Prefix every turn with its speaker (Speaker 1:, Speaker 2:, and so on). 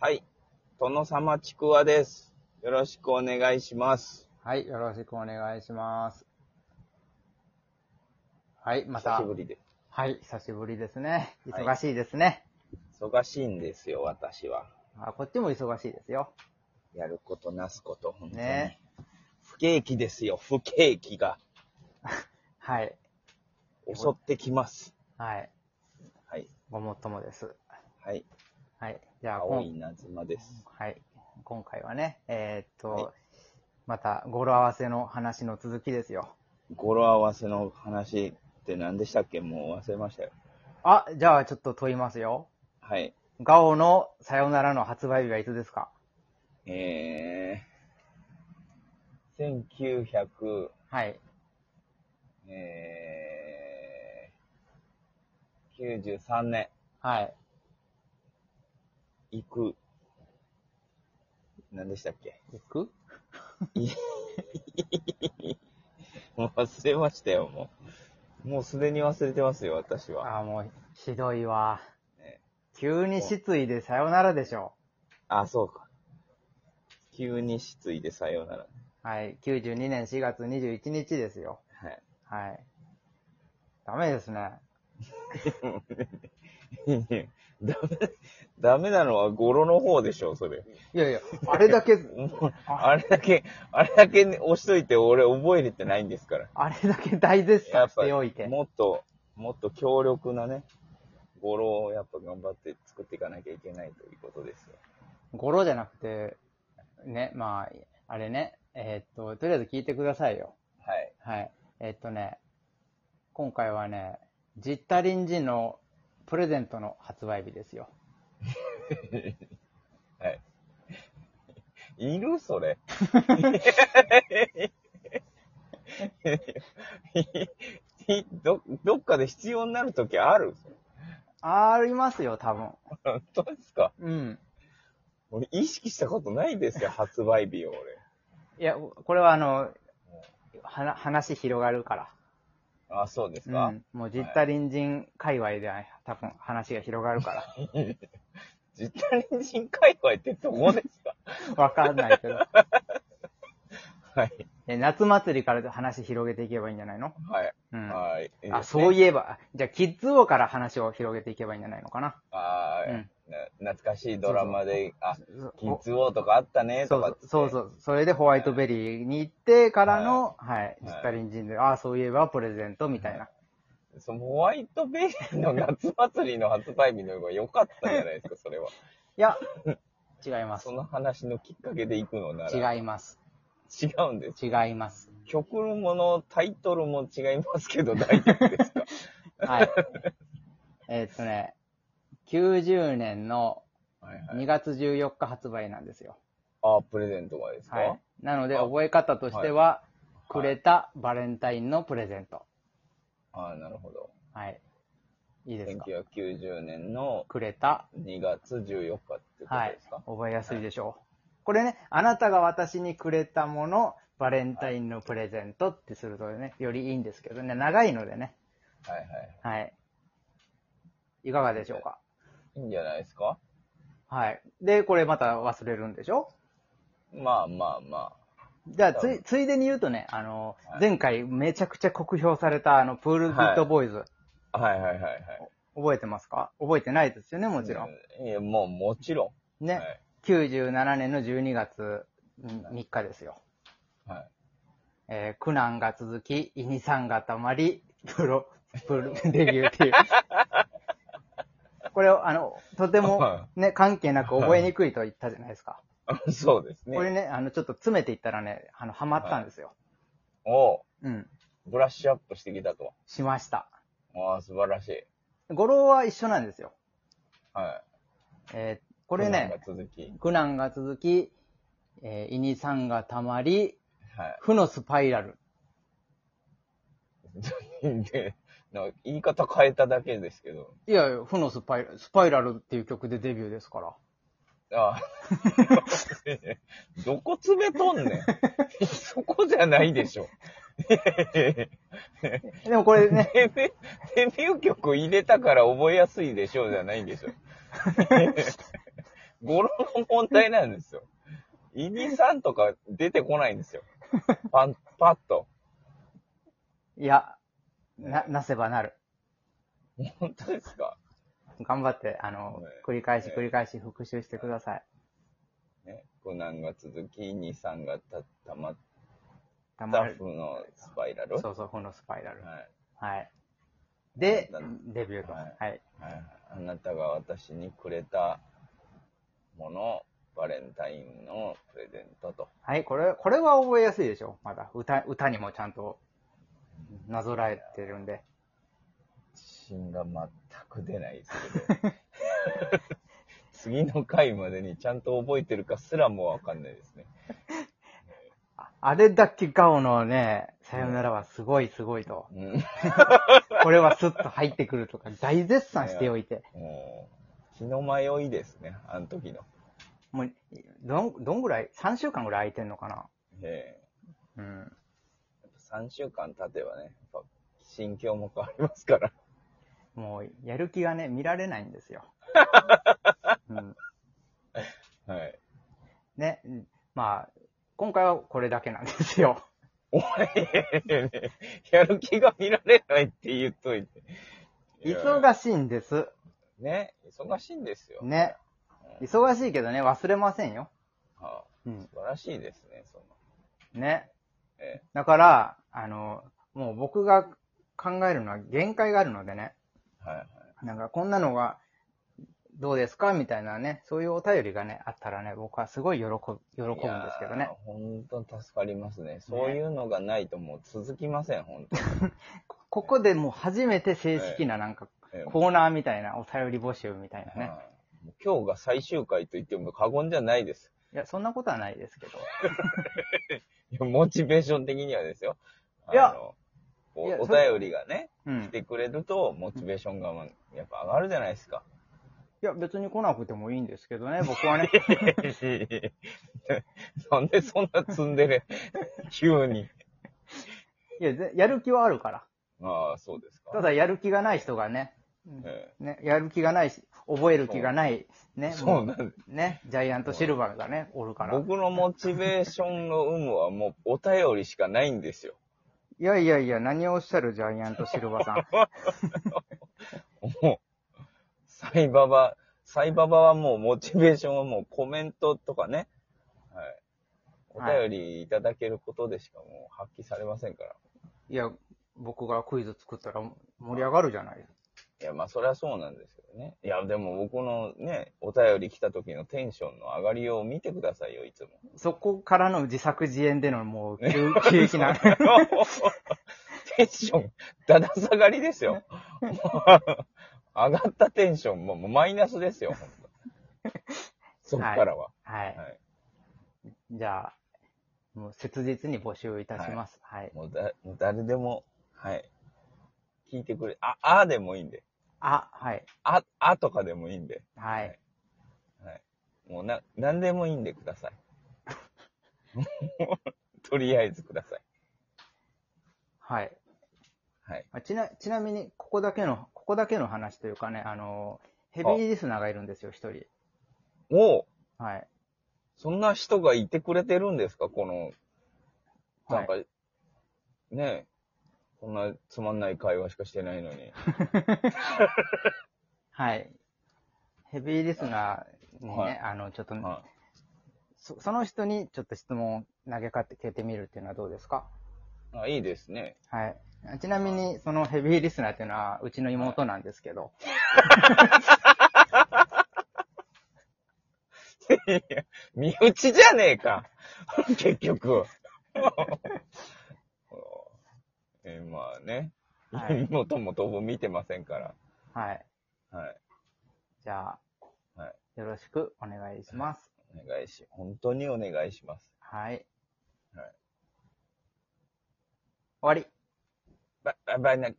Speaker 1: はい。殿様ちくわです。よろしくお願いします。
Speaker 2: はい、よろしくお願いします。はい、ま
Speaker 1: 久
Speaker 2: た
Speaker 1: し、ぶりで。
Speaker 2: はい、久しぶりですね。
Speaker 1: はい
Speaker 2: 忙しいですね、
Speaker 1: 忙しいんですよ、私は。
Speaker 2: あ。こっちも忙しいですよ。
Speaker 1: やることなすこと、本当に。
Speaker 2: ね
Speaker 1: 不景気ですよ、不景気が
Speaker 2: はい、
Speaker 1: 襲ってきます。
Speaker 2: はい、
Speaker 1: はい。
Speaker 2: ごもっともです。
Speaker 1: はい。
Speaker 2: はい、じゃあ、こ
Speaker 1: 青い
Speaker 2: ん
Speaker 1: 稲妻です。
Speaker 2: はい、今回はね、えーっと、
Speaker 1: はい
Speaker 2: また語呂合わせの話の続きですよ。
Speaker 1: 語呂合わせの話って何でしたっけもう忘れましたよ。
Speaker 2: あ、じゃあちょっと問いますよ。
Speaker 1: はい。
Speaker 2: ガオのさよならの発売日はいつですか
Speaker 1: えー、1900、
Speaker 2: はい、
Speaker 1: えー、93年、
Speaker 2: はい。
Speaker 1: 行く、何でしたっけ
Speaker 2: 行く
Speaker 1: もう忘れましたよ、もう。もうすでに忘れてますよ、私は。
Speaker 2: あー、もう、ひどいわ。
Speaker 1: ね
Speaker 2: 急に失意でさよならでしょ。
Speaker 1: あ、そうか。急に失意でさようなら。
Speaker 2: はい。92年4月21日ですよ。
Speaker 1: はい。
Speaker 2: はい。ダメですね。
Speaker 1: ダメ、ダメなのは語呂の方でしょ、それ。
Speaker 2: いやい や、あれだけ、
Speaker 1: もうあれだけ、あれだけ押しといて俺覚えれてないんですから。
Speaker 2: あれだけ大絶
Speaker 1: や
Speaker 2: 賛
Speaker 1: っ
Speaker 2: し
Speaker 1: ぱ
Speaker 2: ておいて。
Speaker 1: もっと、もっと強力なね、語呂をやっぱ頑張って作っていかなきゃいけないということですよ。
Speaker 2: 語呂じゃなくて、ね、まあ、あれね、えーっと、とりあえず聞いてくださいよ。
Speaker 1: はい。
Speaker 2: はい。えーっとね、今回はね、ジッタリンジのプレゼントの発売日ですよ。
Speaker 1: いるそれ。 ど、どっかで必要になるときある
Speaker 2: ありますよ、多分。
Speaker 1: 本当ですか
Speaker 2: うん。
Speaker 1: 俺意識したことないですよ、発売日を俺。
Speaker 2: いや、これはあの、はな話広がるから。
Speaker 1: あ、そうです
Speaker 2: う
Speaker 1: か、
Speaker 2: ん。もう実体隣人界隈では多分話が広がるか
Speaker 1: 実体人参界隈ってどこですか
Speaker 2: ら。 わかんないけど。
Speaker 1: はい。
Speaker 2: え夏祭りから話広げていけばいいんじゃないの
Speaker 1: はい。
Speaker 2: うん。
Speaker 1: はい。いいですね
Speaker 2: あ、そういえば、じゃあキッズ王から話を広げていけばいいんじゃないのかな。
Speaker 1: あー
Speaker 2: うん
Speaker 1: な懐かしいドラマで、あ、
Speaker 2: そう
Speaker 1: キッズ王とかあったね、
Speaker 2: そ
Speaker 1: とかっ
Speaker 2: う
Speaker 1: て。。
Speaker 2: そうそうう。それでホワイトベリーに行ってからの、はい、実体隣人で、あ、そういえばプレゼントみたいな。
Speaker 1: そのホワイトベリーの夏祭りの発売日の方が良かったんじゃないですか、それは。
Speaker 2: いや、違います
Speaker 1: そ。の話のきっかけで行くのなら。違
Speaker 2: 違います。
Speaker 1: うんです。
Speaker 2: 違います。
Speaker 1: 曲ものタイトルも違いますけど、大 丈夫ですか
Speaker 2: はい。えーっとね、90年の
Speaker 1: はいはい。
Speaker 2: 2月14日発売なんですよ。
Speaker 1: あ、プレゼントがですか、
Speaker 2: はい。なので、
Speaker 1: あ
Speaker 2: 覚え方としては、くれたバレンタインのプレゼント。
Speaker 1: あなるほど。
Speaker 2: はい。いいですか
Speaker 1: 1990年の
Speaker 2: くれた。
Speaker 1: 2月14日ってこと
Speaker 2: はい
Speaker 1: ですか、。
Speaker 2: 覚えやすいでしょう。これね、あなたが私にくれたもの、バレンタインのプレゼントってするとね、よりいいんですけどね、長いのでね。
Speaker 1: はい、はい、
Speaker 2: はい。いかがでしょうか
Speaker 1: いいんじゃないですか
Speaker 2: はい。で、これまた忘れるんでしょ
Speaker 1: まあまあま
Speaker 2: じゃあ、
Speaker 1: 多
Speaker 2: つ
Speaker 1: 分
Speaker 2: い、ついでに言うとね、あの、
Speaker 1: はい
Speaker 2: 前回めちゃくちゃ酷評された、あの、プールビートボーイズ、
Speaker 1: あ。はいはいはいはい。
Speaker 2: 覚えてますか覚えてないですよね、もちろん。
Speaker 1: ん。いや、もうもちろん。
Speaker 2: ね、97年の12月3日ですよ。
Speaker 1: はい。はい。
Speaker 2: えー苦難が続き、胃に酸が溜まり、プロ、プロデビューっていう。これを、あの、とても
Speaker 1: は、
Speaker 2: ね、関係なく覚えにくいと言ったじゃないですか。
Speaker 1: あ そうですね。
Speaker 2: これね、あの、ちょっと詰めていったらね、あの、ハマったんですよ。
Speaker 1: おう
Speaker 2: うん。
Speaker 1: ブラッシュアップしてきたと。
Speaker 2: しました。
Speaker 1: ああ、素晴らしい。
Speaker 2: 語呂は一緒なんですよ。
Speaker 1: はい。
Speaker 2: えーこれね、
Speaker 1: 苦難が続き。
Speaker 2: 苦難が続き、えー胃に酸が溜まり、
Speaker 1: はい。
Speaker 2: 負のスパイラル。
Speaker 1: で、なんか言い方変えただけですけど。
Speaker 2: いやいや、負のスパイラル、スパイラルっていう曲でデビューですから。
Speaker 1: ああ。 どこ詰めとんねん。 そこじゃないでしょ。
Speaker 2: でもこれ ね、
Speaker 1: デビューデビュー曲入れたから覚えやすいでしょうじゃないんでしょ。 語呂の問題なんですよ。イニさんとか出てこないんですよ。パン、パッと。
Speaker 2: いや、
Speaker 1: ね
Speaker 2: な、なせばなる。
Speaker 1: 本当ですか
Speaker 2: 頑張って、あの
Speaker 1: ね、
Speaker 2: 繰り返し
Speaker 1: ね
Speaker 2: 繰り返し復習してください。
Speaker 1: ね、苦難が続き、イニさんがた、たま
Speaker 2: た
Speaker 1: っ
Speaker 2: ま
Speaker 1: た
Speaker 2: る
Speaker 1: 負。のスパイラル。
Speaker 2: そうそう、負のスパイラル。
Speaker 1: はい。
Speaker 2: はい。で
Speaker 1: なんだ、
Speaker 2: デビューと。は
Speaker 1: はい
Speaker 2: い。
Speaker 1: はい、あなたが私にくれたもの、バレンタインのプレゼントと。
Speaker 2: はい、これ、これは覚えやすいでしょ。まだ、歌、歌にもちゃんと、なぞらえてるんで。
Speaker 1: 自信が全く出ないですけど。次の回までにちゃんと覚えてるかすらもわかんないですね。
Speaker 2: ああれだけガオのね、さよならはすごいすごいと。
Speaker 1: うん
Speaker 2: これはスッと入ってくるとか、大絶賛しておいて。
Speaker 1: もう、気の迷いですね、あの時の。
Speaker 2: もう、どん、どんぐらい ?3 週間ぐらい空いてんのか
Speaker 1: え
Speaker 2: なうん。
Speaker 1: え3週間経てばね、やっぱ心境も変わりますから。
Speaker 2: もう、やる気がね、見られないんですよ。うん。
Speaker 1: はい。
Speaker 2: ね、うんまあ、今回はこれだけなんですよ。
Speaker 1: お前、やる気が見られないって言っといて。いや
Speaker 2: 忙しいんです。
Speaker 1: ね、忙しいんですよ。
Speaker 2: ね。
Speaker 1: うん
Speaker 2: 忙しいけどね、忘れませんよ。
Speaker 1: はあ
Speaker 2: うん。
Speaker 1: 素晴らしいですね、その。
Speaker 2: ね。
Speaker 1: え
Speaker 2: だから、あの、もう僕が考えるのは限界があるのでね。
Speaker 1: えはいはい。
Speaker 2: なんかこんなのがどうですかみたいなね、そういうお便りがね、あったらね、僕はすごい喜ぶ、喜ぶんですけど
Speaker 1: い
Speaker 2: ね
Speaker 1: や。ー。本当助かりますね。そういうのがないともう続きません、本当に。
Speaker 2: ここでもう初めて正式ななんか
Speaker 1: ええ
Speaker 2: コーナーみたいなお便り募集みたいなね。
Speaker 1: はいもう今日が最終回と言っても過言じゃないです。
Speaker 2: いや、そんなことはないですけど。
Speaker 1: いやモチベーション的にはですよ。
Speaker 2: いや
Speaker 1: あのこう
Speaker 2: いや
Speaker 1: お
Speaker 2: それ
Speaker 1: 便りがね、
Speaker 2: う
Speaker 1: 来
Speaker 2: ん。
Speaker 1: てくれると、モチベーションがまあやっぱ上がるじゃないです か。
Speaker 2: いや、別に来なくてもいいんですけどね、僕はね。
Speaker 1: なんでそんな積んでる 急に。
Speaker 2: いや、ぜやる気はあるから。
Speaker 1: ああ、そうですか。
Speaker 2: ただ、やる気がない人がね、
Speaker 1: え
Speaker 2: ね、やる気がないし、覚える気がない、
Speaker 1: え
Speaker 2: ね、
Speaker 1: そ
Speaker 2: も
Speaker 1: うなんです。
Speaker 2: うね、ジャイアントシルバーがね、おるから。
Speaker 1: 僕のモチベーションの有無はもうお便りしかないんですよ。
Speaker 2: いやいやいや、何をおっしゃるジャイアントシルバーさん。
Speaker 1: もう、サイババ、サイババはもうモチベーションはもうコメントとかね、はい。お便りいただけることでしかもう発揮されませんから。
Speaker 2: いや、僕がクイズ作ったら盛り上がるじゃないですか。
Speaker 1: いや、まあそりゃそうなんですけどね。いや、でも僕のね、お便り来た時のテンションの上がりを見てくださいよ、いつも。
Speaker 2: そこからの自作自演でのもう急、急激な。い
Speaker 1: テンション、だだ下がりですよ。上がったテンションももうマイナスですよ、ほんとそっからは。
Speaker 2: はい。
Speaker 1: はい
Speaker 2: じゃあ、もう切実に募集いたします。はい。
Speaker 1: もうだ、もう誰でも、はい。聞いてくれ、あ、あでもいいんで。
Speaker 2: あ、はい。
Speaker 1: あ、あとかでもいいんで。
Speaker 2: はい。
Speaker 1: はいはい。もうな、なんでもいいんでください。とりあえずください。
Speaker 2: はい
Speaker 1: はい。
Speaker 2: あちな、ちなみに、ここだけの、ここだけの話というかね、あの、ヘビーリスナーがいるんですよ、一人。
Speaker 1: おう
Speaker 2: はい。
Speaker 1: そんな人がいてくれてるんですかこの、
Speaker 2: は
Speaker 1: ないんか、ねえ、こんなつまんない会話しかしてないのに。
Speaker 2: はい。ヘビーリスナーにね、
Speaker 1: はい
Speaker 2: あの、ちょっと、
Speaker 1: は
Speaker 2: そ、その人にちょっと質問を投げかけてみるっていうのはどうですか
Speaker 1: い、あいいですね。
Speaker 2: はい。ちなみに、そのヘビーリスナーっていうのは、うちの妹なんですけど、
Speaker 1: いや身内じゃねえか。 結局。 えまあね。
Speaker 2: はい
Speaker 1: 妹も当分見てませんから。
Speaker 2: はい。
Speaker 1: はい。
Speaker 2: じゃあ、
Speaker 1: は
Speaker 2: よろしくお願いします。
Speaker 1: お願いし、本当にお願いします。
Speaker 2: はい。
Speaker 1: はい
Speaker 2: 終わり。
Speaker 1: ば、ば、ば、な、